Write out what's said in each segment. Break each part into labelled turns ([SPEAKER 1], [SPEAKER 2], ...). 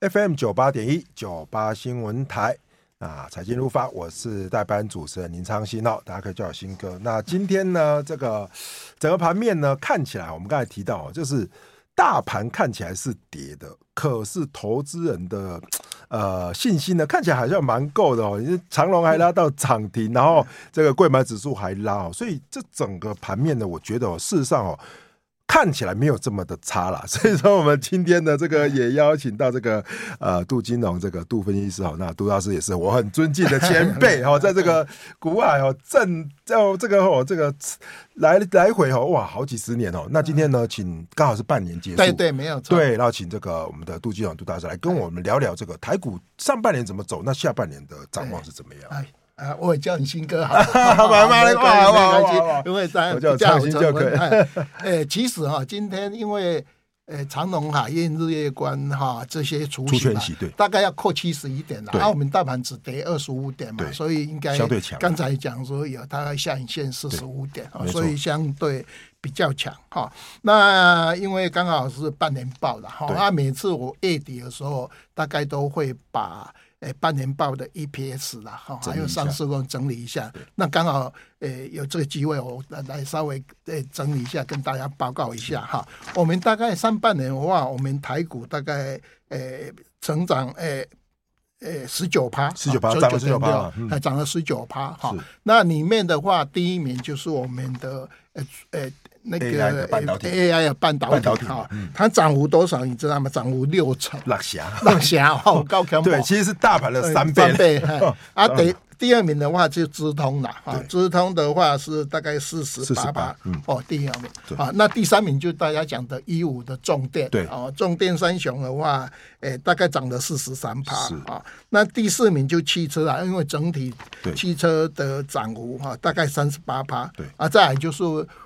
[SPEAKER 1] FM 九八点一九八新闻台啊，财经路发，我是代班主持人林昌新哦，大家可以叫我新哥。那今天呢，这个整个盘面呢，看起来我们刚才提到哦，就是大盘看起来是跌的，可是投资人的呃信心呢，看起来好像蛮够的哦。因为长隆还拉到涨停，然后这个贵买指数还拉哦，所以这整个盘面呢，我觉得哦，事实上哦。看起来没有这么的差啦， 所以说我们今天的这个也邀请到这个呃杜金龙这个杜分析师哦，那杜老师也是我很尊敬的前辈哦，在这个古海哦正哦这个哦这个来来回哦哇好几十年哦，那今天呢请刚好是半年结束，
[SPEAKER 2] 对对，没有错。
[SPEAKER 1] 对，然后请这个我们的杜金龙杜大师来跟我们聊聊这个台股上半年怎么走，那下半年的展望是怎么样？
[SPEAKER 2] 哎啊，我也叫你新哥好 了，
[SPEAKER 1] 好吧好吧
[SPEAKER 2] 没关
[SPEAKER 1] 好吧
[SPEAKER 2] 系，
[SPEAKER 1] 好吧好
[SPEAKER 2] 没关
[SPEAKER 1] 吧好吧
[SPEAKER 2] 系，因为咱
[SPEAKER 1] 我叫
[SPEAKER 2] 比较
[SPEAKER 1] 创新就可以
[SPEAKER 2] 有哎， 哎其实哈，今天因为呃长隆海运、日月光哈这些除
[SPEAKER 1] 除权
[SPEAKER 2] 吧
[SPEAKER 1] 息对
[SPEAKER 2] 大概要扣七十一点了。
[SPEAKER 1] 对
[SPEAKER 2] 啊，我们大盘只跌二十五点嘛
[SPEAKER 1] 对，
[SPEAKER 2] 所以应该
[SPEAKER 1] 相对强
[SPEAKER 2] 刚才讲说有大概下影线四十五点啊
[SPEAKER 1] 没，错
[SPEAKER 2] 所以相对比较强哈。那因为刚好是半年报了哈，
[SPEAKER 1] 对
[SPEAKER 2] 那每次我月底的时候，大概都会把。诶，半年报的 EPS 啦，哈，
[SPEAKER 1] 整
[SPEAKER 2] 还
[SPEAKER 1] 理一
[SPEAKER 2] 有
[SPEAKER 1] 下
[SPEAKER 2] 上市公司整理一下。那刚好，诶，有这个机会，我来来稍微诶整理一下，跟大家报告一下哈。我们大概上半年的话，我们台股大概诶成长诶诶十九趴，
[SPEAKER 1] 19%
[SPEAKER 2] 啊
[SPEAKER 1] 涨了19%嗯
[SPEAKER 2] 还涨了十九趴哈
[SPEAKER 1] 是。
[SPEAKER 2] 那里面的话，第一名就是我们的诶诶那个
[SPEAKER 1] AI 的半导体
[SPEAKER 2] AI 的半导
[SPEAKER 1] 半导体嗯
[SPEAKER 2] 体哈，它涨幅多少你知道吗？涨幅六成，
[SPEAKER 1] 落霞，
[SPEAKER 2] 那霞好高强哦
[SPEAKER 1] 对，其实是大盘的三倍
[SPEAKER 2] 呃三
[SPEAKER 1] 了，
[SPEAKER 2] 倍嘿啊，第第二名的话就资通了啊
[SPEAKER 1] 对，
[SPEAKER 2] 资通的话是大概四十八
[SPEAKER 1] 48
[SPEAKER 2] 吧
[SPEAKER 1] 嗯，
[SPEAKER 2] 哦，第二名啊，那第三名就大家讲的一五的重电，
[SPEAKER 1] 对
[SPEAKER 2] 哦，重电三雄的话，诶，大概涨了四十三趴
[SPEAKER 1] 是
[SPEAKER 2] 啊，那第四名就汽车啦，因为整体
[SPEAKER 1] 对
[SPEAKER 2] 汽车的涨幅哈，大概三十八趴，
[SPEAKER 1] 对
[SPEAKER 2] 啊，再来就是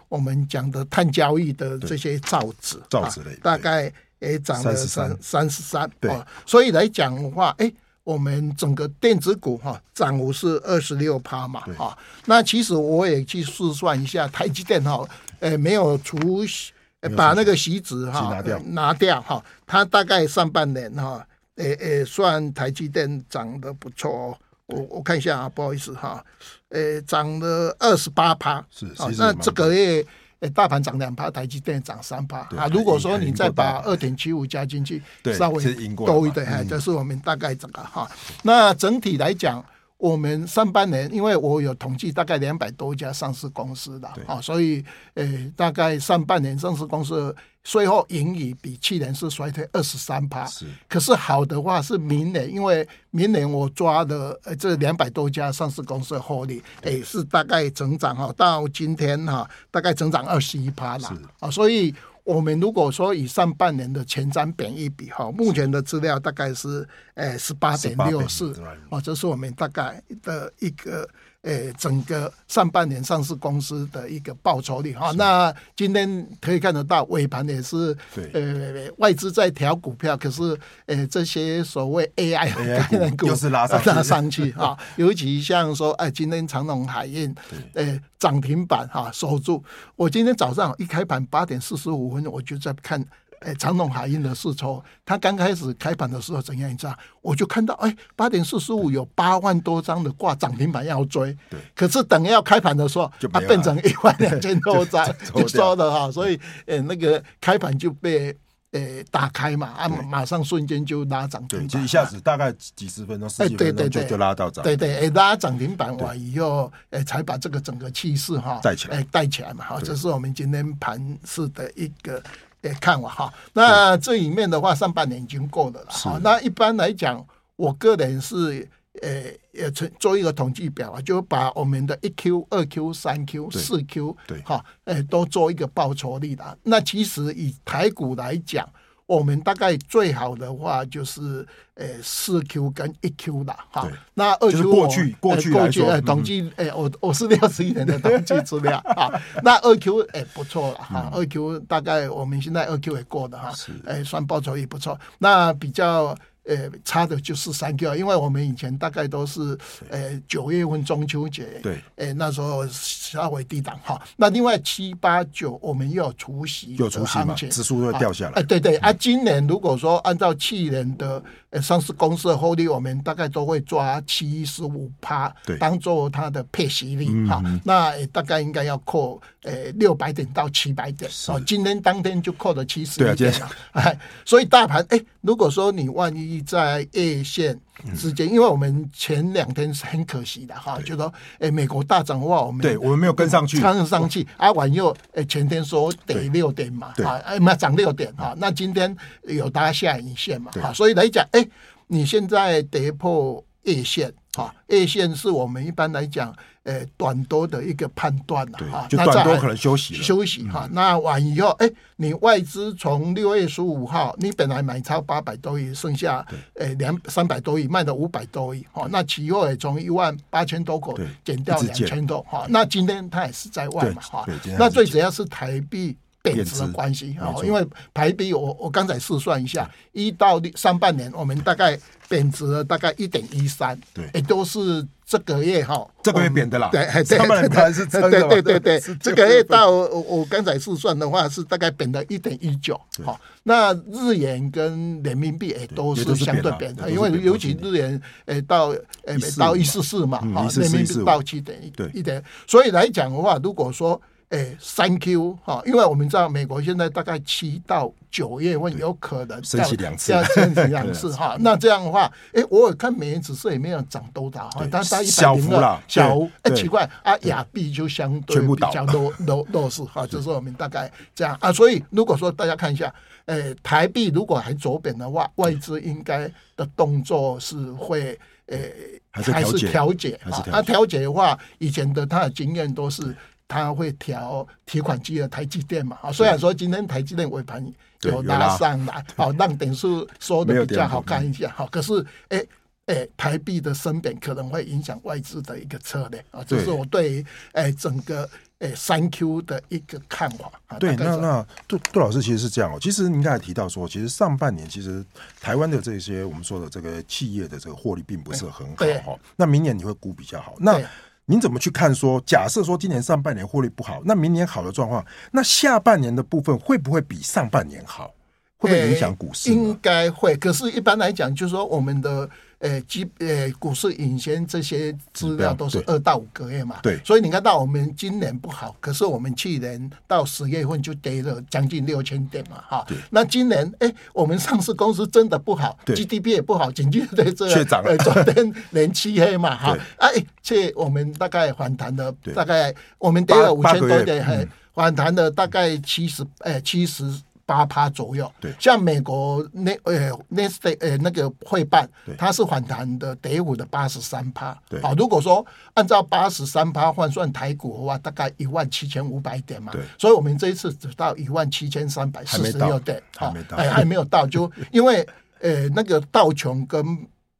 [SPEAKER 2] 我们讲的碳交易的这些造纸，
[SPEAKER 1] 造纸类
[SPEAKER 2] 啊大
[SPEAKER 1] 对
[SPEAKER 2] 概也涨了
[SPEAKER 1] 33
[SPEAKER 2] 三三十三，
[SPEAKER 1] 对
[SPEAKER 2] 哦，所以来讲的话，哎，我们整个电子股哈、涨幅是二十六趴嘛，啊、那其实我也去试算一下，台积电哈、呃，没有除息呃把那个席值哈、
[SPEAKER 1] 席拿掉
[SPEAKER 2] 呃拿掉哈、它大概上半年哈、呃呃，算台积电涨得不错哦。我我看一下啊，不好意思哈、呃，涨了二十八趴，
[SPEAKER 1] 是
[SPEAKER 2] 哦
[SPEAKER 1] 其实
[SPEAKER 2] 那
[SPEAKER 1] 蛮
[SPEAKER 2] 这个月呃大盘涨两趴，台积电涨三趴
[SPEAKER 1] 对
[SPEAKER 2] 啊。如果说
[SPEAKER 1] 很
[SPEAKER 2] 你
[SPEAKER 1] 赢
[SPEAKER 2] 再
[SPEAKER 1] 过大
[SPEAKER 2] 把
[SPEAKER 1] 盘
[SPEAKER 2] 二点七五加进去
[SPEAKER 1] 对，
[SPEAKER 2] 稍微
[SPEAKER 1] 其实赢过
[SPEAKER 2] 多
[SPEAKER 1] 了
[SPEAKER 2] 一
[SPEAKER 1] 嘛
[SPEAKER 2] 点，哎
[SPEAKER 1] 嗯
[SPEAKER 2] 这是我们大概整个哈。那整体来讲，我们上半年，因为我有统计大概两百多家上市公司的啊，所以呃，大概上半年上市公司税后盈余比去年是衰退二十三趴，
[SPEAKER 1] 是
[SPEAKER 2] 可是好的话是明年，因为明年我抓的呃这两百多家上市公司的获利，诶是大概成长哈，到今天哈、大概成长二十一趴啦啊，所以我们如果说以上半年的前瞻本益比哈，目前的资料大概是诶十八点六四
[SPEAKER 1] 18.64
[SPEAKER 2] 哦，这是我们大概的一个。诶，整个上半年上市公司的一个报酬率哈，那今天可以看得到尾盘也是
[SPEAKER 1] 对
[SPEAKER 2] 呃，外资在调股票，可是呃，这些所谓 AI 的
[SPEAKER 1] AI
[SPEAKER 2] 概念
[SPEAKER 1] 股又是拉上去
[SPEAKER 2] 拉 上去啊，尤其像说，哎，今天长隆海运，呃，涨停板哈、守住。我今天早上一开盘八点四十五分，我就在看。哎，长隆海运的试抽，它刚开始开盘的时候怎样？你知道，我就看到，哎，八点四十五有八万多张的挂涨停板要追，
[SPEAKER 1] 对
[SPEAKER 2] 可是等要开盘的时候，
[SPEAKER 1] 就没
[SPEAKER 2] 它
[SPEAKER 1] 有
[SPEAKER 2] 变
[SPEAKER 1] 了，
[SPEAKER 2] 成一万两千多张
[SPEAKER 1] 就
[SPEAKER 2] 就
[SPEAKER 1] 就抽掉
[SPEAKER 2] 收的哈，所以呃那个开盘就被呃打开嘛，啊
[SPEAKER 1] 对
[SPEAKER 2] 马上瞬间就拉涨停
[SPEAKER 1] 对，
[SPEAKER 2] 板，
[SPEAKER 1] 就一下子大概几十分钟、十
[SPEAKER 2] 哎
[SPEAKER 1] 几
[SPEAKER 2] 对
[SPEAKER 1] 分钟
[SPEAKER 2] 对
[SPEAKER 1] 就
[SPEAKER 2] 对，
[SPEAKER 1] 就拉到涨，
[SPEAKER 2] 对对，哎拉涨停板完以后，哎才把这个整个气势哈
[SPEAKER 1] 带起来
[SPEAKER 2] 哎带起来嘛哈，这是我们今天盘市的一个。哎看法哈，那这里面的话，上半年已经过了了哈。那一般来讲，我个人是呃也成做一个统计表啊，就把我们的一 Q、二 Q、三 Q、
[SPEAKER 1] 对
[SPEAKER 2] 四 Q，
[SPEAKER 1] 对
[SPEAKER 2] 哈，呃，都做一个报酬率的。那其实以台股来讲，我们大概最好的话就是呃四 Q 跟一 Q 啦，哈
[SPEAKER 1] 对。
[SPEAKER 2] 那二
[SPEAKER 1] 就是
[SPEAKER 2] Q
[SPEAKER 1] 过
[SPEAKER 2] 我
[SPEAKER 1] 去
[SPEAKER 2] 呃
[SPEAKER 1] 过去来
[SPEAKER 2] 过去
[SPEAKER 1] 说
[SPEAKER 2] 呃
[SPEAKER 1] 嗯
[SPEAKER 2] 统计哎，我我是六十一年的统计 资料啊。那二 Q 哎不错了哈，
[SPEAKER 1] 嗯
[SPEAKER 2] 二 Q 大概我们现在二 Q 也过的哈，哎算报酬也不错。那比较。呃，差的就是三啊个，因为我们以前大概都是呃九月份中秋节，
[SPEAKER 1] 对，
[SPEAKER 2] 呃那时候稍微低档哈。那另外七八九我们又有除夕，
[SPEAKER 1] 有除夕嘛，指数会掉下
[SPEAKER 2] 哎，
[SPEAKER 1] 来。
[SPEAKER 2] 对对啊，今年如果说按照去年的呃上市公司的获利，我们大概都会抓七十五趴
[SPEAKER 1] 对，嗯
[SPEAKER 2] 当做它的配息率哈、那呃大概应该要扣呃六百点到七百点哦。今天当天就扣了七十
[SPEAKER 1] 对啊今
[SPEAKER 2] 点
[SPEAKER 1] 天
[SPEAKER 2] 了， 哎，所以大盘哎，如果说你万一在 A 线。之间，因为我们前两天是很可惜的哈，就说，哎，美国大涨的话，我们
[SPEAKER 1] 对我们没有跟上去，
[SPEAKER 2] 看上去，阿婉又呃前天说得六点嘛，
[SPEAKER 1] 对
[SPEAKER 2] 啊，哎，没有涨六点啊，那今天有搭下影线嘛，啊，所以来讲，哎，你现在跌破月线。啊，A 线是我们一般来讲，呃，短多的一个判断了
[SPEAKER 1] 对
[SPEAKER 2] 啊。
[SPEAKER 1] 就
[SPEAKER 2] 那
[SPEAKER 1] 短
[SPEAKER 2] 再
[SPEAKER 1] 多
[SPEAKER 2] 来
[SPEAKER 1] 可能休息了嗯
[SPEAKER 2] 休息哈。那晚以后，哎，你外资从六月十五号，你本来买超八百多亿，剩下呃两三百多亿，卖到五百多亿，哦，那期货也从一万八千多口
[SPEAKER 1] 对
[SPEAKER 2] 减掉
[SPEAKER 1] 一直
[SPEAKER 2] 两
[SPEAKER 1] 减
[SPEAKER 2] 千多哈。那今天它也是在外嘛哈
[SPEAKER 1] 对对今天，它
[SPEAKER 2] 那
[SPEAKER 1] 是
[SPEAKER 2] 最主要是台币。贬值
[SPEAKER 1] 贬
[SPEAKER 2] 的
[SPEAKER 1] 值
[SPEAKER 2] 关系啊
[SPEAKER 1] 没，错
[SPEAKER 2] 因为台币我我刚才试算一下，一到六上半年我们大概贬值了大概一点一三，
[SPEAKER 1] 对
[SPEAKER 2] 也都是这个月哈，
[SPEAKER 1] 这个月
[SPEAKER 2] 我们
[SPEAKER 1] 贬的啦
[SPEAKER 2] 对，哎对对
[SPEAKER 1] 上半年本来是
[SPEAKER 2] 对
[SPEAKER 1] 增的嘛
[SPEAKER 2] 对对对
[SPEAKER 1] 是
[SPEAKER 2] 对，
[SPEAKER 1] 跌
[SPEAKER 2] 这个哎月
[SPEAKER 1] 的
[SPEAKER 2] 到我我我刚才试算的话是大概贬到一点一九，好，那日元跟人民币也都
[SPEAKER 1] 也都
[SPEAKER 2] 是
[SPEAKER 1] 是
[SPEAKER 2] 相对
[SPEAKER 1] 贬
[SPEAKER 2] 贬
[SPEAKER 1] 啊
[SPEAKER 2] 的，
[SPEAKER 1] 也都
[SPEAKER 2] 因
[SPEAKER 1] 是
[SPEAKER 2] 为
[SPEAKER 1] 贬
[SPEAKER 2] 尤其
[SPEAKER 1] 过去
[SPEAKER 2] 日元呃到呃
[SPEAKER 1] 145
[SPEAKER 2] 到
[SPEAKER 1] 嘛
[SPEAKER 2] 一四四嘛，
[SPEAKER 1] 嗯
[SPEAKER 2] 哈，
[SPEAKER 1] 144
[SPEAKER 2] 人民
[SPEAKER 1] 145
[SPEAKER 2] 币到七点
[SPEAKER 1] 对
[SPEAKER 2] 一一点，所以来讲的话，如果说诶三 Q 哈，因为我们知道美国现在大概七到九月份有可能
[SPEAKER 1] 升息两次啊
[SPEAKER 2] 要升息 两次哈，那这样的话，诶，我有看美元指数也没有涨多少哈
[SPEAKER 1] 对，
[SPEAKER 2] 但是它一
[SPEAKER 1] 小
[SPEAKER 2] 百
[SPEAKER 1] 幅
[SPEAKER 2] 零
[SPEAKER 1] 啦
[SPEAKER 2] 二小幅，
[SPEAKER 1] 对
[SPEAKER 2] 哎，
[SPEAKER 1] 对
[SPEAKER 2] 奇怪啊，亚币就相对
[SPEAKER 1] 全部
[SPEAKER 2] 比
[SPEAKER 1] 倒
[SPEAKER 2] 较 弱弱弱势哈，就是我们大概这样啊，所以如果说大家看一下，诶，台币如果还走贬的话，外资应该的动作是会诶。
[SPEAKER 1] 还是调节
[SPEAKER 2] 调节
[SPEAKER 1] 还是
[SPEAKER 2] 啊
[SPEAKER 1] 调节
[SPEAKER 2] 那调节的话，以前的他的经验都是他会调提款机的台积电嘛。啊，虽然说今天台积电尾盘
[SPEAKER 1] 对
[SPEAKER 2] 有
[SPEAKER 1] 有拉
[SPEAKER 2] 拉上 来，哦好让点数收
[SPEAKER 1] 没有
[SPEAKER 2] 的比
[SPEAKER 1] 跌
[SPEAKER 2] 较
[SPEAKER 1] 幅
[SPEAKER 2] 好看一些，好，可是哎。哎，台币的升贬可能会影响外资的一个策略啊，这
[SPEAKER 1] 对
[SPEAKER 2] 是我对于哎整个哎三 Q 的一个看法啊。
[SPEAKER 1] 对，
[SPEAKER 2] 大概
[SPEAKER 1] 那
[SPEAKER 2] 是
[SPEAKER 1] 那杜杜老师其实是这样哦。其实您刚才提到说，其实上半年其实台湾的这些我们说的这个企业的这个获利并不是很好
[SPEAKER 2] 对
[SPEAKER 1] 哈、哦。那明年你会估比较好，那
[SPEAKER 2] 对
[SPEAKER 1] 您怎么去看说？假设说今年上半年获利不好，那明年好的状况，那下半年的部分会不会比上半年好？会不会影响股市
[SPEAKER 2] 呃
[SPEAKER 1] 呢？
[SPEAKER 2] 应该会，可是一般来讲，就是说我们的呃基呃股市领先这些资
[SPEAKER 1] 指标
[SPEAKER 2] 料都是
[SPEAKER 1] 对
[SPEAKER 2] 二到五个月嘛，
[SPEAKER 1] 对
[SPEAKER 2] 所以你看到我们今年不好，可是我们去年到十月份就跌了将近六千点嘛，哈，那今年哎，我们上市公司真的不好
[SPEAKER 1] 对
[SPEAKER 2] ，GDP 也不好，经济对这
[SPEAKER 1] 却涨了
[SPEAKER 2] 呃昨天连漆黑嘛，哈
[SPEAKER 1] 对，
[SPEAKER 2] 哎，这我们大概反弹了
[SPEAKER 1] 对，
[SPEAKER 2] 大概我们跌了五
[SPEAKER 1] 八八
[SPEAKER 2] 千
[SPEAKER 1] 个
[SPEAKER 2] 多
[SPEAKER 1] 月嗯
[SPEAKER 2] 点，还反弹了大概七十哎七十。八趴左右，
[SPEAKER 1] 对
[SPEAKER 2] 像美国那呃 n e s t 呃那个会办
[SPEAKER 1] 对，
[SPEAKER 2] 它是反弹的跌幅的八十三趴，
[SPEAKER 1] 对
[SPEAKER 2] 好，如果说按照八十三趴换算台股的话，大概一万七千五百点嘛，
[SPEAKER 1] 对
[SPEAKER 2] 所以我们这一次只到一万七千三百
[SPEAKER 1] 还
[SPEAKER 2] 四
[SPEAKER 1] 没
[SPEAKER 2] 十
[SPEAKER 1] 到
[SPEAKER 2] 六点，
[SPEAKER 1] 还
[SPEAKER 2] 好
[SPEAKER 1] 没到
[SPEAKER 2] 哎还没有到，就因为呃那个道琼跟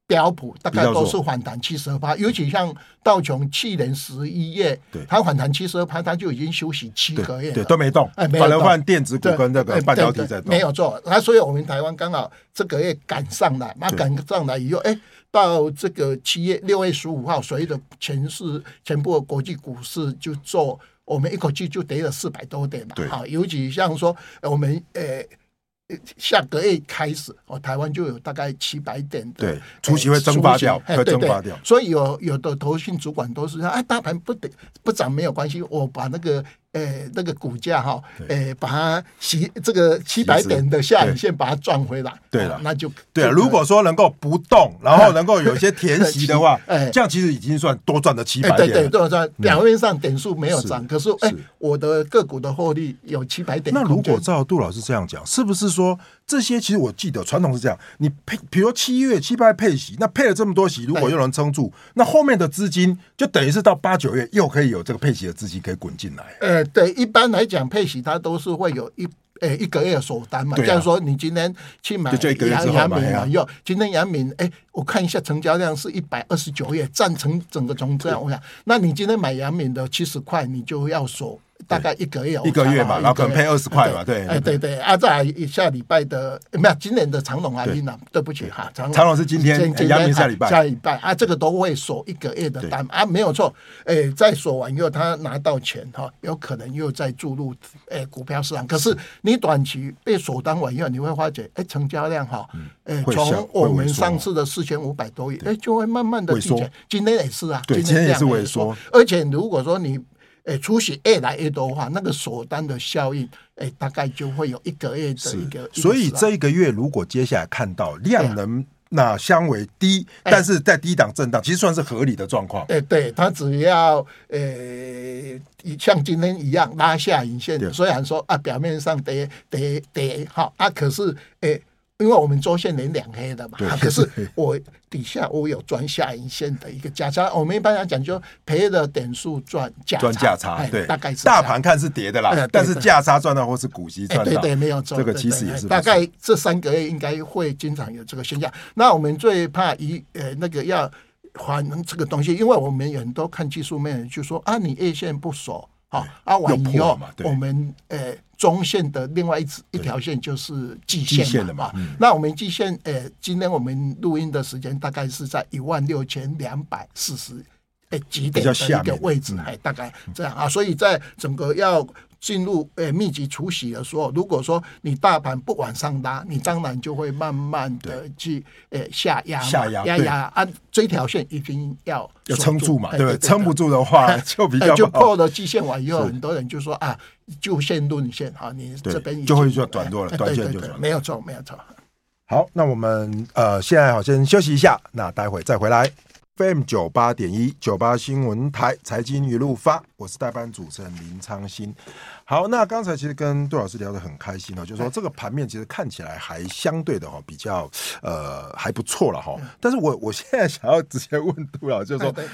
[SPEAKER 2] 标普大概
[SPEAKER 1] 比较弱
[SPEAKER 2] 都是反弹七十二趴，尤其像道琼去年十一月
[SPEAKER 1] 对，
[SPEAKER 2] 它反弹七十二趴，它就已经休息七个
[SPEAKER 1] 对
[SPEAKER 2] 月
[SPEAKER 1] 对，
[SPEAKER 2] 了，
[SPEAKER 1] 都没动，
[SPEAKER 2] 哎，没有
[SPEAKER 1] 反而
[SPEAKER 2] 动
[SPEAKER 1] 换电子股
[SPEAKER 2] 对
[SPEAKER 1] 跟那个
[SPEAKER 2] 哎
[SPEAKER 1] 半导
[SPEAKER 2] 对
[SPEAKER 1] 体
[SPEAKER 2] 对
[SPEAKER 1] 在动
[SPEAKER 2] 没。有错。那所以我们台湾刚好这个月赶上来，那
[SPEAKER 1] 对
[SPEAKER 2] 赶上来以后，哎，到这个七月六月十五号，随着全市全部的国际股市就做，我们一口气就跌了四百多点嘛
[SPEAKER 1] 对，
[SPEAKER 2] 好，尤其像说呃我们呃。呃下个月开始，哦，台湾就有大概七百点的
[SPEAKER 1] 对除息会蒸发掉
[SPEAKER 2] 哎
[SPEAKER 1] 会
[SPEAKER 2] 对
[SPEAKER 1] 蒸
[SPEAKER 2] 对
[SPEAKER 1] 发掉
[SPEAKER 2] 所以有有的投信主管都是说，哎，大盘不得不涨没有关系，我把那个呃那个股价哈，呃把它洗这个七百
[SPEAKER 1] 值
[SPEAKER 2] 点的下
[SPEAKER 1] 对
[SPEAKER 2] 影线把它赚回来，
[SPEAKER 1] 对
[SPEAKER 2] 哦
[SPEAKER 1] 了
[SPEAKER 2] 那就
[SPEAKER 1] 对啊，
[SPEAKER 2] 就，
[SPEAKER 1] 如果说能够不动，然后能够有一些填息的话
[SPEAKER 2] 哎
[SPEAKER 1] 这样其实已经算多赚了七
[SPEAKER 2] 哎
[SPEAKER 1] 百
[SPEAKER 2] 对
[SPEAKER 1] 点了。嗯
[SPEAKER 2] 对对对，表面上点数没有涨，
[SPEAKER 1] 是
[SPEAKER 2] 可是哎
[SPEAKER 1] 是
[SPEAKER 2] 我的个股的获利有七百点
[SPEAKER 1] 那
[SPEAKER 2] 哎空间，
[SPEAKER 1] 如果照杜老师这样讲，是不是说这些其实我记得传统是这样，你配，比如说七月七八配息，那配了这么多息，如果
[SPEAKER 2] 对
[SPEAKER 1] 又能撑住，那后面的资金就等于是到八九月又可以有这个配息的资金可以滚进来。
[SPEAKER 2] 呃，对，一般来讲，配息它都是会有一。呃一个月的首单嘛，
[SPEAKER 1] 对啊
[SPEAKER 2] 这样说，你今天去买
[SPEAKER 1] 就就一个月之后
[SPEAKER 2] 杨杨
[SPEAKER 1] 买
[SPEAKER 2] 敏
[SPEAKER 1] 啊
[SPEAKER 2] 嘛，又今天杨敏，哎，我看一下成交量是一百二十九亿，占成整个成交量，我想，那你今天买杨敏的七十块，你就要锁大概一个月，
[SPEAKER 1] 一个月嘛，然后可能配
[SPEAKER 2] 二
[SPEAKER 1] 二十块嘛，对，
[SPEAKER 2] 哎，对对，啊，在下礼拜的没有今年的长隆啊，
[SPEAKER 1] 对
[SPEAKER 2] 云南，对不起哈，长
[SPEAKER 1] 长隆是今天
[SPEAKER 2] 今今
[SPEAKER 1] 阳明
[SPEAKER 2] 天
[SPEAKER 1] 下礼拜
[SPEAKER 2] 啊下礼拜啊，这个都会锁一个月的单啊，没有错，哎，在锁完以后，他拿到钱哈，有可能又再注入哎股票市场，可是你短期被锁单完以后，你会发觉哎成交量哈，哎
[SPEAKER 1] 嗯会下
[SPEAKER 2] 从我
[SPEAKER 1] 会
[SPEAKER 2] 们
[SPEAKER 1] 萎缩啊
[SPEAKER 2] 上次的四千五百多亿，哎就会慢慢的
[SPEAKER 1] 萎
[SPEAKER 2] 递
[SPEAKER 1] 缩
[SPEAKER 2] 减，今天也是啊，
[SPEAKER 1] 对今天也
[SPEAKER 2] 量
[SPEAKER 1] 是萎缩
[SPEAKER 2] 缩，而且如果说你诶出血越来越多的话，那个锁单的效应，诶大概就会有一个月的一个。
[SPEAKER 1] 所以
[SPEAKER 2] 一个
[SPEAKER 1] 这一个月如果接下来看到量能那相为低，
[SPEAKER 2] 啊哎
[SPEAKER 1] 但是在低档震荡，其实算是合理的状况。
[SPEAKER 2] 诶，对，它只要诶、像今天一样拉下影线
[SPEAKER 1] 对，
[SPEAKER 2] 虽然说啊表面上跌跌跌好啊，可是诶、因为我们周线连两黑的嘛
[SPEAKER 1] 对，
[SPEAKER 2] 啊可是我底下我有赚下影线的一个价差，我们一般来讲就赔了点数赚价
[SPEAKER 1] 赚价差，
[SPEAKER 2] 哎
[SPEAKER 1] 对，
[SPEAKER 2] 大概是这
[SPEAKER 1] 大
[SPEAKER 2] 样
[SPEAKER 1] 盘看是跌的啦
[SPEAKER 2] 哎对，
[SPEAKER 1] 但是价差赚到或是股息
[SPEAKER 2] 哎，
[SPEAKER 1] 赚
[SPEAKER 2] 对
[SPEAKER 1] 到，
[SPEAKER 2] 对，没有错，
[SPEAKER 1] 这个
[SPEAKER 2] 对
[SPEAKER 1] 其实
[SPEAKER 2] 对
[SPEAKER 1] 也
[SPEAKER 2] 哎
[SPEAKER 1] 是
[SPEAKER 2] 大
[SPEAKER 1] 不错
[SPEAKER 2] 概这三个月应该会经常有这个现象。那我们最怕一呃那个要还这个东西，因为我们有很多看技术面的人就说啊，你月线不守好啊，完
[SPEAKER 1] 又
[SPEAKER 2] 以
[SPEAKER 1] 破了
[SPEAKER 2] 后
[SPEAKER 1] 嘛对
[SPEAKER 2] 我们呃中线的另外一只一条线就是季
[SPEAKER 1] 季线
[SPEAKER 2] 线
[SPEAKER 1] 了嘛嗯
[SPEAKER 2] 嘛。啊那我们季线呃，今天我们录音的时间大概是在一万六千两百四十。哎，几
[SPEAKER 1] 比
[SPEAKER 2] 点
[SPEAKER 1] 较
[SPEAKER 2] 的
[SPEAKER 1] 下
[SPEAKER 2] 一
[SPEAKER 1] 面嗯
[SPEAKER 2] 个
[SPEAKER 1] 的
[SPEAKER 2] 位置，哎，大概这样啊。所以在整个要进入呃密集除息的时候，如果说你大盘不往上拉，你当然就会慢慢的去呃下压嘛，
[SPEAKER 1] 下压
[SPEAKER 2] 压
[SPEAKER 1] 对
[SPEAKER 2] 压啊，这条线一定要
[SPEAKER 1] 要
[SPEAKER 2] 锁
[SPEAKER 1] 撑住嘛，
[SPEAKER 2] 哎
[SPEAKER 1] 对不对？撑不住的话就比
[SPEAKER 2] 哎
[SPEAKER 1] 较
[SPEAKER 2] 就
[SPEAKER 1] 不好，
[SPEAKER 2] 破了季线完以后，很多人就说啊，就线论线哈，你
[SPEAKER 1] 对
[SPEAKER 2] 这边已
[SPEAKER 1] 就会
[SPEAKER 2] 经
[SPEAKER 1] 说短弱了
[SPEAKER 2] 哎
[SPEAKER 1] 短
[SPEAKER 2] 对
[SPEAKER 1] 线
[SPEAKER 2] 对
[SPEAKER 1] 就
[SPEAKER 2] 对
[SPEAKER 1] 短
[SPEAKER 2] 没有错，没有错。
[SPEAKER 1] 好，那我们呃现在好先休息一下，那待会再回来。FM 九八点一九八新闻台财经一路发，我是代班主持人林昌新。好，那刚才其实跟杜老师聊得很开心哦，就是说这个盘面其实看起来还相对的哈、哦、比较呃还不错了哈、哦，但是我我现在想要直接问杜老师，就是
[SPEAKER 2] 哎
[SPEAKER 1] 说
[SPEAKER 2] 对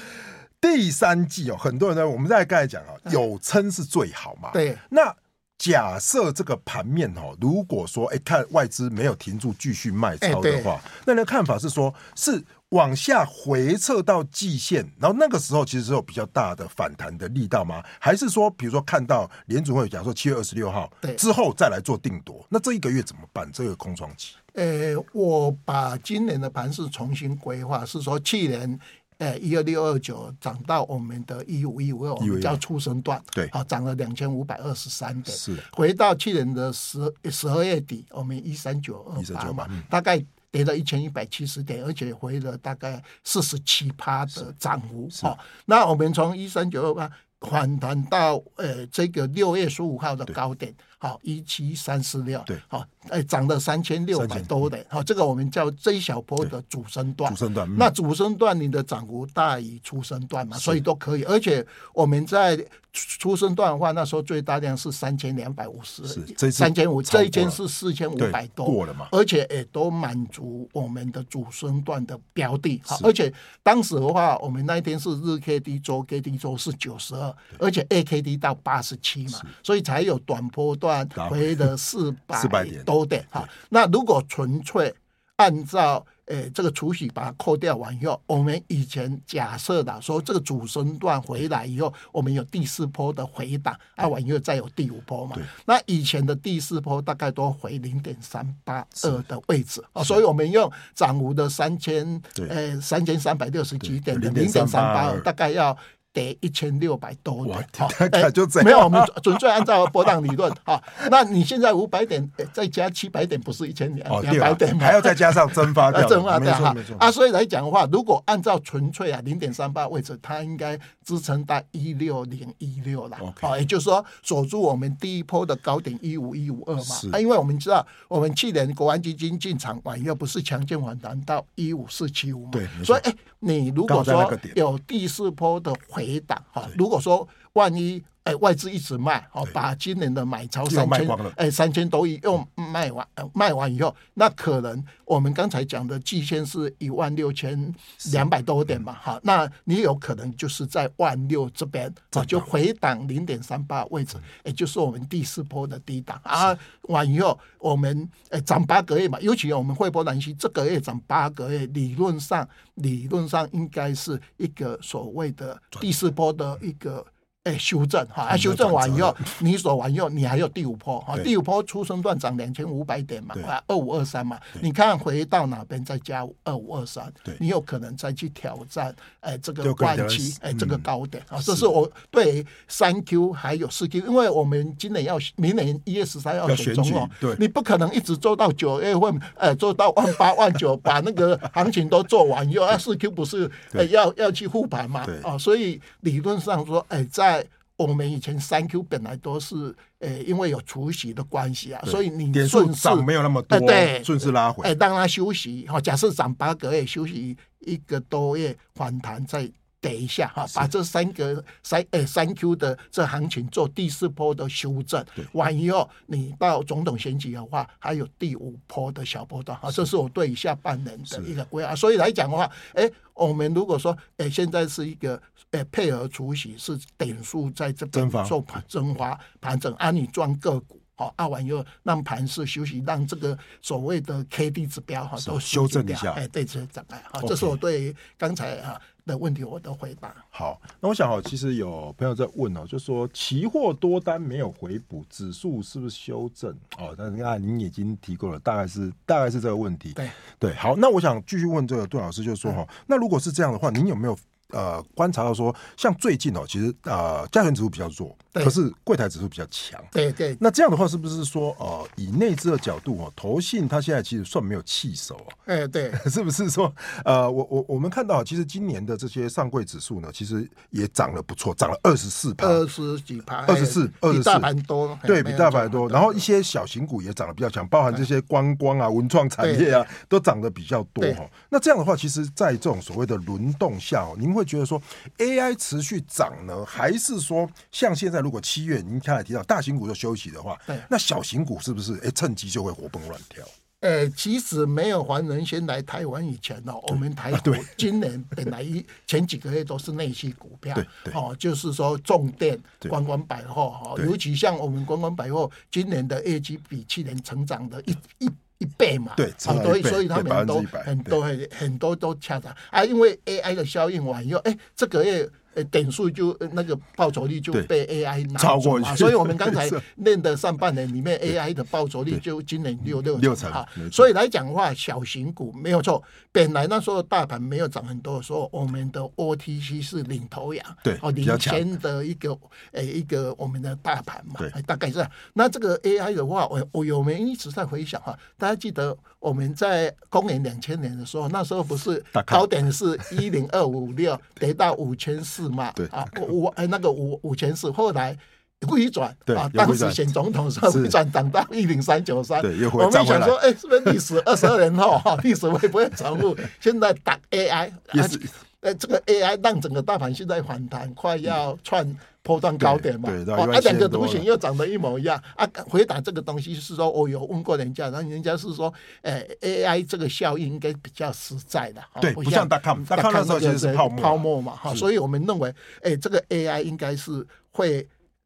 [SPEAKER 1] 第三季哦，很多人呢，我们在刚才讲啊，有撑是最好嘛。
[SPEAKER 2] 对
[SPEAKER 1] 那假设这个盘面哦，如果说哎、看外资没有停住继续卖
[SPEAKER 2] 哎
[SPEAKER 1] 超的话，那你的看法是说，是往下回撤到季线，然后那个时候其实是有比较大的反弹的力道吗？还是说，比如说看到联储会假如说七月二十六号
[SPEAKER 2] 对
[SPEAKER 1] 之后再来做定夺，那这一个月怎么办？这个空窗期，
[SPEAKER 2] 呃，我把今年的盘势重新规划，是说去年。呃，一二六二九涨到我们的一五一五二，我
[SPEAKER 1] 152
[SPEAKER 2] 们叫出生段，
[SPEAKER 1] 对
[SPEAKER 2] 好、涨了两千五百二十三点，
[SPEAKER 1] 是
[SPEAKER 2] 回到去年的十十二月底，我们一三九二
[SPEAKER 1] 13928
[SPEAKER 2] 八嘛，
[SPEAKER 1] 嗯
[SPEAKER 2] 大概跌了一千一百七十点，而且回了大概四十七趴的涨幅，哦，那我们从一三九二八反弹到呃这个六月十五号的高点，好一七三四六，
[SPEAKER 1] 对
[SPEAKER 2] 好、哎涨了三千六百
[SPEAKER 1] 3000
[SPEAKER 2] 多点，好、这个我们叫这一小波的主升段，
[SPEAKER 1] 主升段嗯
[SPEAKER 2] 那主升段你的涨幅大于初升段嘛，所以都可以。而且我们在初升段的话，那时候最大量是三千两百五十
[SPEAKER 1] 是这一，次
[SPEAKER 2] 三千五，
[SPEAKER 1] 超过了
[SPEAKER 2] 这一间是四千五百多，
[SPEAKER 1] 对过了嘛
[SPEAKER 2] 而且也都满足我们的主升段的标的。好，而且当时的话，我们那一天是日 K D 周 K D 周是九十二，而且 A K D 到八十七嘛，所以才有短波段
[SPEAKER 1] 拉回
[SPEAKER 2] 回的四百
[SPEAKER 1] 400点
[SPEAKER 2] 多点哈。那如果纯粹按照呃这个除息把它扣掉完以后，我们以前假设的说这个主升段回来以后，我们有第四波的回档，啊完以后再有第五波嘛。那以前的第四波大概都回零点三八二的位置啊，所以我们用涨幅的三千
[SPEAKER 1] 对
[SPEAKER 2] 呃三千三百六十几点的
[SPEAKER 1] 0.382
[SPEAKER 2] 零点三八二，大概要。得一千六百多
[SPEAKER 1] 哇
[SPEAKER 2] 点，好
[SPEAKER 1] 大概
[SPEAKER 2] 哎
[SPEAKER 1] 就这样
[SPEAKER 2] 没有，我们准纯粹按照波浪理论啊。那你现在五百点，哎再加七百点，不是一千两两
[SPEAKER 1] 对啊
[SPEAKER 2] 百点吗？
[SPEAKER 1] 还要再加上蒸发 掉，
[SPEAKER 2] 啊，正化
[SPEAKER 1] 没
[SPEAKER 2] 掉
[SPEAKER 1] 错
[SPEAKER 2] 哈
[SPEAKER 1] 没错
[SPEAKER 2] 啊，所以来讲的话，如果按照纯粹啊零点三八位置，它应该支撑到一六零一六啦。哦
[SPEAKER 1] OK
[SPEAKER 2] 好，也就是说守住我们第一波的高点一五一五二嘛
[SPEAKER 1] 是。
[SPEAKER 2] 啊，因为我们知道我们去年国安基金进场完又不是强健反弹到一五四七五嘛
[SPEAKER 1] 对没，错
[SPEAKER 2] 所以哎，你如
[SPEAKER 1] 刚好在
[SPEAKER 2] 果
[SPEAKER 1] 那
[SPEAKER 2] 说
[SPEAKER 1] 个点
[SPEAKER 2] 有第四波的回档哈，如果说万一。哎，外资一直卖，哦，把今年的买超
[SPEAKER 1] 又
[SPEAKER 2] 三
[SPEAKER 1] 卖
[SPEAKER 2] 千
[SPEAKER 1] 光了，
[SPEAKER 2] 哎，三千多亿又卖完、呃卖完以后，那可能我们刚才讲的季线是一万六千两百多点嘛，哈，那你有可能就是在万六这边，啊，就回档零点三八位置，也就是我们第四波的低档啊。完以后，我们呃涨八个月嘛，尤其我们惠波南西这个月涨八个月，理论上理论上应该是一个所谓的第四波的一个。哎，修正哈，啊，
[SPEAKER 1] 嗯
[SPEAKER 2] 修正完以后
[SPEAKER 1] 转，
[SPEAKER 2] 你走完以后，你还有第五波哈，
[SPEAKER 1] 对
[SPEAKER 2] 第五波初升段涨两千五百点嘛
[SPEAKER 1] 对，
[SPEAKER 2] 啊，二五二三嘛，
[SPEAKER 1] 对
[SPEAKER 2] 你看回到哪边再加二五二三
[SPEAKER 1] 对，
[SPEAKER 2] 你有可能再去挑战哎这
[SPEAKER 1] 就
[SPEAKER 2] 个
[SPEAKER 1] 可能
[SPEAKER 2] 万七哎
[SPEAKER 1] 嗯
[SPEAKER 2] 这个高点啊，这
[SPEAKER 1] 是
[SPEAKER 2] 是我对三 Q 还有四 Q，因为我们今年要明年一月十三要
[SPEAKER 1] 要
[SPEAKER 2] 选
[SPEAKER 1] 选
[SPEAKER 2] 总统
[SPEAKER 1] 举，对
[SPEAKER 2] 你不可能一直做到九月份，呃，做到万八万九，把那个行情都做完以后，啊，四 Q 不是呃
[SPEAKER 1] 对
[SPEAKER 2] 要要去护盘嘛
[SPEAKER 1] 对，
[SPEAKER 2] 哦，所以理论上说，哎、在我们以前三 Q 本来都是，呃、因为有除息的关系啊，
[SPEAKER 1] 对
[SPEAKER 2] 所以你
[SPEAKER 1] 点数
[SPEAKER 2] 顺势
[SPEAKER 1] 涨没有那么多
[SPEAKER 2] 哎，对
[SPEAKER 1] 顺势拉回
[SPEAKER 2] 哎、，让它休息哈、假设涨八个月，休息一个多月，反弹再跌一下哈、把这三个三哎、三 Q 的这行情做第四波的修正
[SPEAKER 1] 对，
[SPEAKER 2] 完以后你到总统选举的话，还有第五波的小波段哈、这是我对下半年的一个规划。所以来讲的话，哎、我们如果说，哎、现在是一个，哎、配合除息是点数在这边
[SPEAKER 1] 蒸发
[SPEAKER 2] 做盘蒸发盘整，啊，你赚个股，好、啊，完以后让盘势休息，让这个所谓的 K D 指标哈、都
[SPEAKER 1] 修正一下
[SPEAKER 2] 哎、对这些障碍哈，
[SPEAKER 1] OK
[SPEAKER 2] 这是我对刚才啊的问题我的回答。
[SPEAKER 1] 好，那我想哦，其实有朋友在问哦，就说期货多单没有回补，指数是不是修正？哦，但是刚才您已经提过了，大概是大概是这个问题。
[SPEAKER 2] 对嗯
[SPEAKER 1] 对，好，那我想继续问这个杜老师，就是说哈、哦，那如果是这样的话，您有没有呃观察到说，像最近哦，其实呃加权指数比较弱，
[SPEAKER 2] 对
[SPEAKER 1] 可是柜台指数比较强。
[SPEAKER 2] 对对
[SPEAKER 1] 那这样的话，是不是说呃以内资的角度哦，投信它现在其实算没有气手哦？
[SPEAKER 2] 哎、对，
[SPEAKER 1] 是不是说，呃，我我我们看到，其实今年的这些上柜指数呢，其实也涨得不错，涨了二十四趴，
[SPEAKER 2] 二十几盘，呃哎
[SPEAKER 1] 24
[SPEAKER 2] 比大
[SPEAKER 1] 24
[SPEAKER 2] 盘多，哎
[SPEAKER 1] 对比大盘多。然后一。
[SPEAKER 2] 没有错
[SPEAKER 1] 些小型股也涨得比较强，包含这些观光啊、文创产业啊，都涨得比较多
[SPEAKER 2] 对
[SPEAKER 1] 哈。那这样的话，其实，在这种所谓的轮动下哦，您会觉得说，AI 持续涨呢，还是说像现在如果七月您刚才提到大型股就休息的话
[SPEAKER 2] 对，
[SPEAKER 1] 那小型股是不是哎趁机就会活蹦乱跳？
[SPEAKER 2] 呃，即使没有黄仁先来台湾以前哦，我们台
[SPEAKER 1] 啊
[SPEAKER 2] 股
[SPEAKER 1] 对
[SPEAKER 2] 今年本来一前几个月都是内需股票
[SPEAKER 1] 对对
[SPEAKER 2] 哦，就是说重电、
[SPEAKER 1] 对
[SPEAKER 2] 观光百货哈、哦，
[SPEAKER 1] 对
[SPEAKER 2] 尤其像我们观光百货今年的业绩比去年成长的一一。一倍嘛，
[SPEAKER 1] 对成
[SPEAKER 2] 好
[SPEAKER 1] 长
[SPEAKER 2] 多，所
[SPEAKER 1] 一
[SPEAKER 2] 以
[SPEAKER 1] 倍
[SPEAKER 2] 所以他
[SPEAKER 1] 对
[SPEAKER 2] 们都
[SPEAKER 1] 100%
[SPEAKER 2] 很多很很多都恰当啊，因为 AI 的效应完以后，哎，这个月呃点数就呃那个报酬率就
[SPEAKER 1] 对
[SPEAKER 2] 被 AI 拿
[SPEAKER 1] 超
[SPEAKER 2] 走
[SPEAKER 1] 过
[SPEAKER 2] 嘛
[SPEAKER 1] 去
[SPEAKER 2] 所以我 们刚才
[SPEAKER 1] 是
[SPEAKER 2] 念的上半年里面 AI 的报酬率就今年六六
[SPEAKER 1] 六成
[SPEAKER 2] 啊
[SPEAKER 1] 没，错
[SPEAKER 2] 所以来讲的话，小型股没有错。本来那时候大盘没有涨很多的时候，我们的 OTC 是领头羊，
[SPEAKER 1] 对
[SPEAKER 2] 哦，
[SPEAKER 1] 比
[SPEAKER 2] 领
[SPEAKER 1] 较强
[SPEAKER 2] 先的一个诶一个我们的大盘嘛
[SPEAKER 1] 对，
[SPEAKER 2] 哎大概是这样。那这个 AI 的话，我我有没有一直在回想哈、大家记得我们在公元两千年的时候，那时候不是
[SPEAKER 1] 大咖
[SPEAKER 2] 高点是一零二 五六，跌到五千四嘛，
[SPEAKER 1] 对
[SPEAKER 2] 啊五哎那个五五千四，后来。回转
[SPEAKER 1] 对
[SPEAKER 2] 啊，
[SPEAKER 1] 有回
[SPEAKER 2] 当时
[SPEAKER 1] 转
[SPEAKER 2] 选总统的时候
[SPEAKER 1] 是
[SPEAKER 2] 回转涨到一零三九三，
[SPEAKER 1] 对又回
[SPEAKER 2] 我们
[SPEAKER 1] 站回
[SPEAKER 2] 想
[SPEAKER 1] 来
[SPEAKER 2] 说，哎、是不是历史二十二年后哈，历史会不会重复？ 现在打 AI，
[SPEAKER 1] 也
[SPEAKER 2] 而
[SPEAKER 1] 是
[SPEAKER 2] 且呃，这个 AI 让整个大盘现在反弹，快要创波段高点嘛。
[SPEAKER 1] 对对到
[SPEAKER 2] 哦，啊，
[SPEAKER 1] 11,000
[SPEAKER 2] 两个
[SPEAKER 1] 多
[SPEAKER 2] 图
[SPEAKER 1] 了
[SPEAKER 2] 形又长得一模一样啊。回答这个东西是说，我有问过人家，然后人家是说，呃，AI 这个效应应该比较实在的，哦
[SPEAKER 1] 对不像 dot-com dot-com 那时候其实是泡沫啊
[SPEAKER 2] 泡沫嘛，哈，
[SPEAKER 1] 是
[SPEAKER 2] 所以我们认为，哎、这个 AI 应该是会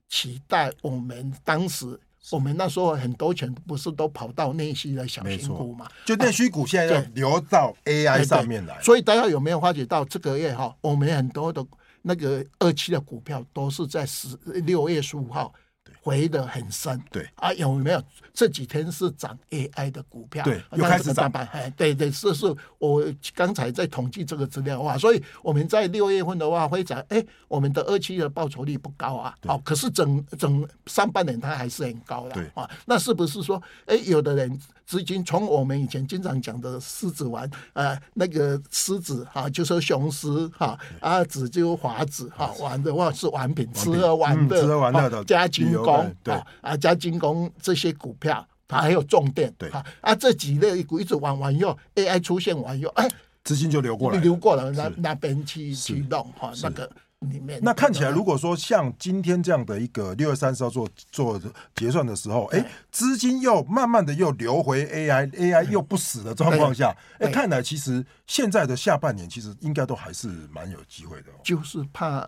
[SPEAKER 2] 取代我们当时。我们那时候很多钱不是都跑到内需的小
[SPEAKER 1] 没
[SPEAKER 2] 型
[SPEAKER 1] 错
[SPEAKER 2] 股嘛？
[SPEAKER 1] 就内需股现在要
[SPEAKER 2] 啊对
[SPEAKER 1] 流到 AI
[SPEAKER 2] 哎
[SPEAKER 1] 上
[SPEAKER 2] 对
[SPEAKER 1] 面来，
[SPEAKER 2] 所以大家有没有发觉到这个月哈，我们很多的那个二期的股票都是在十六月十五号回的很深。
[SPEAKER 1] 对
[SPEAKER 2] 啊，有没有这几天是涨 AI 的股票？
[SPEAKER 1] 对
[SPEAKER 2] 那
[SPEAKER 1] 又开始
[SPEAKER 2] 这个大
[SPEAKER 1] 涨
[SPEAKER 2] 盘。哎，对对，这是我刚才在统计这个资料哇，所以我们在六月份的话会涨，哎，我们的二期的报酬率不高啊，哦，可是整整上半年它还是很高的。
[SPEAKER 1] 对
[SPEAKER 2] 啊，那是不是说，哎，有的人资金从我们以前经常讲的狮子丸，呃，那个狮子哈、就说雄狮哈，啊，子就华子哈，丸的话是丸品，吃而丸
[SPEAKER 1] 嗯
[SPEAKER 2] 的，
[SPEAKER 1] 吃而丸的
[SPEAKER 2] 啊
[SPEAKER 1] 的
[SPEAKER 2] 加精
[SPEAKER 1] 旅游
[SPEAKER 2] 工
[SPEAKER 1] 的，对
[SPEAKER 2] 啊啊，加精工这些股票。还有重电，
[SPEAKER 1] 对
[SPEAKER 2] 啊啊，这几类股一直玩完以后，AI 出现完以后，哎，
[SPEAKER 1] 资金就流过来
[SPEAKER 2] 你
[SPEAKER 1] 了。
[SPEAKER 2] 流过了那那边去去弄哈，那个里面。
[SPEAKER 1] 那看起来，如果说像今天这样的一个六月三十号做做结算的时候，哎，资金又慢慢的又流回 AI，AI 又不死的状况下，
[SPEAKER 2] 对
[SPEAKER 1] 哎，看来其实现在的下半年其实应该都还是蛮有机会的哦。
[SPEAKER 2] 就是怕，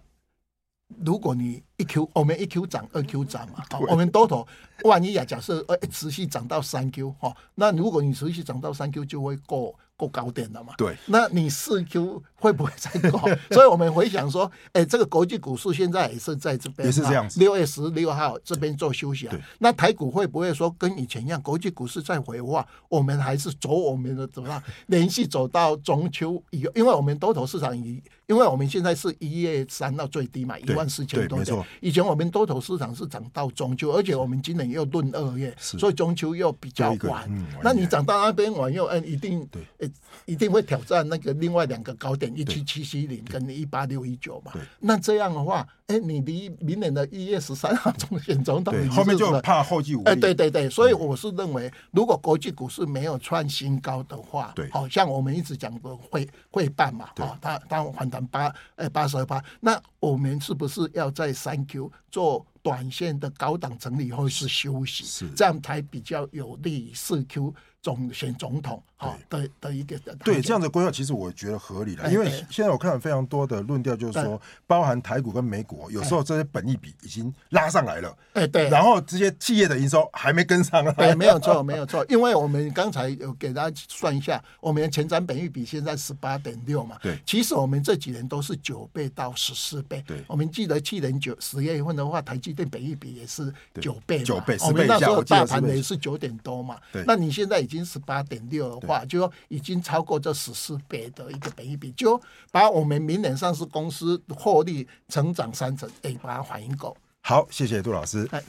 [SPEAKER 2] 如果你一 Q，我们一 Q 涨，二 Q 涨嘛，好我们多头万一啊，假设呃持续涨到三 Q 哈、哦，那如果你持续涨到三 Q，就会过过高点了嘛。
[SPEAKER 1] 对，
[SPEAKER 2] 那你四 Q 会不会再 高？所以我们回想说，哎，这个国际股市现在也是在这边，啊
[SPEAKER 1] 也是这样子
[SPEAKER 2] 六月十六号这边做休息啊
[SPEAKER 1] 对。
[SPEAKER 2] 那台股会不会说跟以前一样，国际股市在回话，我们还是走我们的怎么样， 连续走到中秋以后，因为我们多头市场以，因为我们现在是一月三号最低嘛，一
[SPEAKER 1] 对
[SPEAKER 2] 万四千
[SPEAKER 1] 对
[SPEAKER 2] 多
[SPEAKER 1] 没
[SPEAKER 2] 点
[SPEAKER 1] 错。
[SPEAKER 2] 以前我们多头市场是涨到中秋，而且我们今年又论二月，
[SPEAKER 1] 是
[SPEAKER 2] 所以中秋又比较
[SPEAKER 1] 又一个
[SPEAKER 2] 晚。
[SPEAKER 1] 嗯
[SPEAKER 2] 那
[SPEAKER 1] 晚一
[SPEAKER 2] 你
[SPEAKER 1] 点
[SPEAKER 2] 涨到那边晚又嗯，一定
[SPEAKER 1] 对
[SPEAKER 2] 呃一定会挑战那个另外两个高点一七七七零跟一八六一九嘛
[SPEAKER 1] 对。
[SPEAKER 2] 那这样的话，哎，你离明年的一月十三号中选总统
[SPEAKER 1] 对，
[SPEAKER 2] 已
[SPEAKER 1] 后面
[SPEAKER 2] 经
[SPEAKER 1] 就是
[SPEAKER 2] 了
[SPEAKER 1] 怕后继无
[SPEAKER 2] 哎，
[SPEAKER 1] 力。
[SPEAKER 2] 对对对，
[SPEAKER 1] 嗯
[SPEAKER 2] 所以我是认为，如果国际股市没有创新高的话，
[SPEAKER 1] 对
[SPEAKER 2] 好、像我们一直讲的会会办嘛，
[SPEAKER 1] 对
[SPEAKER 2] 哦，它它反弹八呃八十二八，那我们是不是要在三 Q 做短线的高档整理或是休息，
[SPEAKER 1] 是
[SPEAKER 2] 这样才比较有利于四 Q 总选总统好、的的一个
[SPEAKER 1] 对这样的规划，其实我觉得合理了，
[SPEAKER 2] 哎
[SPEAKER 1] 因为
[SPEAKER 2] 对
[SPEAKER 1] 现在我看了非常多的论调，就是说，包含台股跟美股，哦有时候这些本益比已经拉上来了，
[SPEAKER 2] 哎对。
[SPEAKER 1] 然后这些企业的营收还没跟上
[SPEAKER 2] 对，
[SPEAKER 1] 来，
[SPEAKER 2] 没有错，没有错，因为我们刚才有给大家算一下，我们的前瞻本益比现在十八点六嘛，
[SPEAKER 1] 对
[SPEAKER 2] 其实我们这几年都是九倍到十四倍，
[SPEAKER 1] 对
[SPEAKER 2] 我们记得去年九十月份的话，台积电本益比也是九倍嘛，
[SPEAKER 1] 9倍10
[SPEAKER 2] 我们
[SPEAKER 1] 倍以
[SPEAKER 2] 那时
[SPEAKER 1] 下
[SPEAKER 2] 候
[SPEAKER 1] 我记得
[SPEAKER 2] 大
[SPEAKER 1] 是
[SPEAKER 2] 盘
[SPEAKER 1] 倍
[SPEAKER 2] 的也
[SPEAKER 1] 以
[SPEAKER 2] 是九点多嘛
[SPEAKER 1] 对，
[SPEAKER 2] 那你现在已经十八点六的话，就说已经超过这十四倍的一个本益比，就把我们明年上市公司获利成长三成，哎，把它反映够。
[SPEAKER 1] 好，谢谢杜老师。
[SPEAKER 2] 哎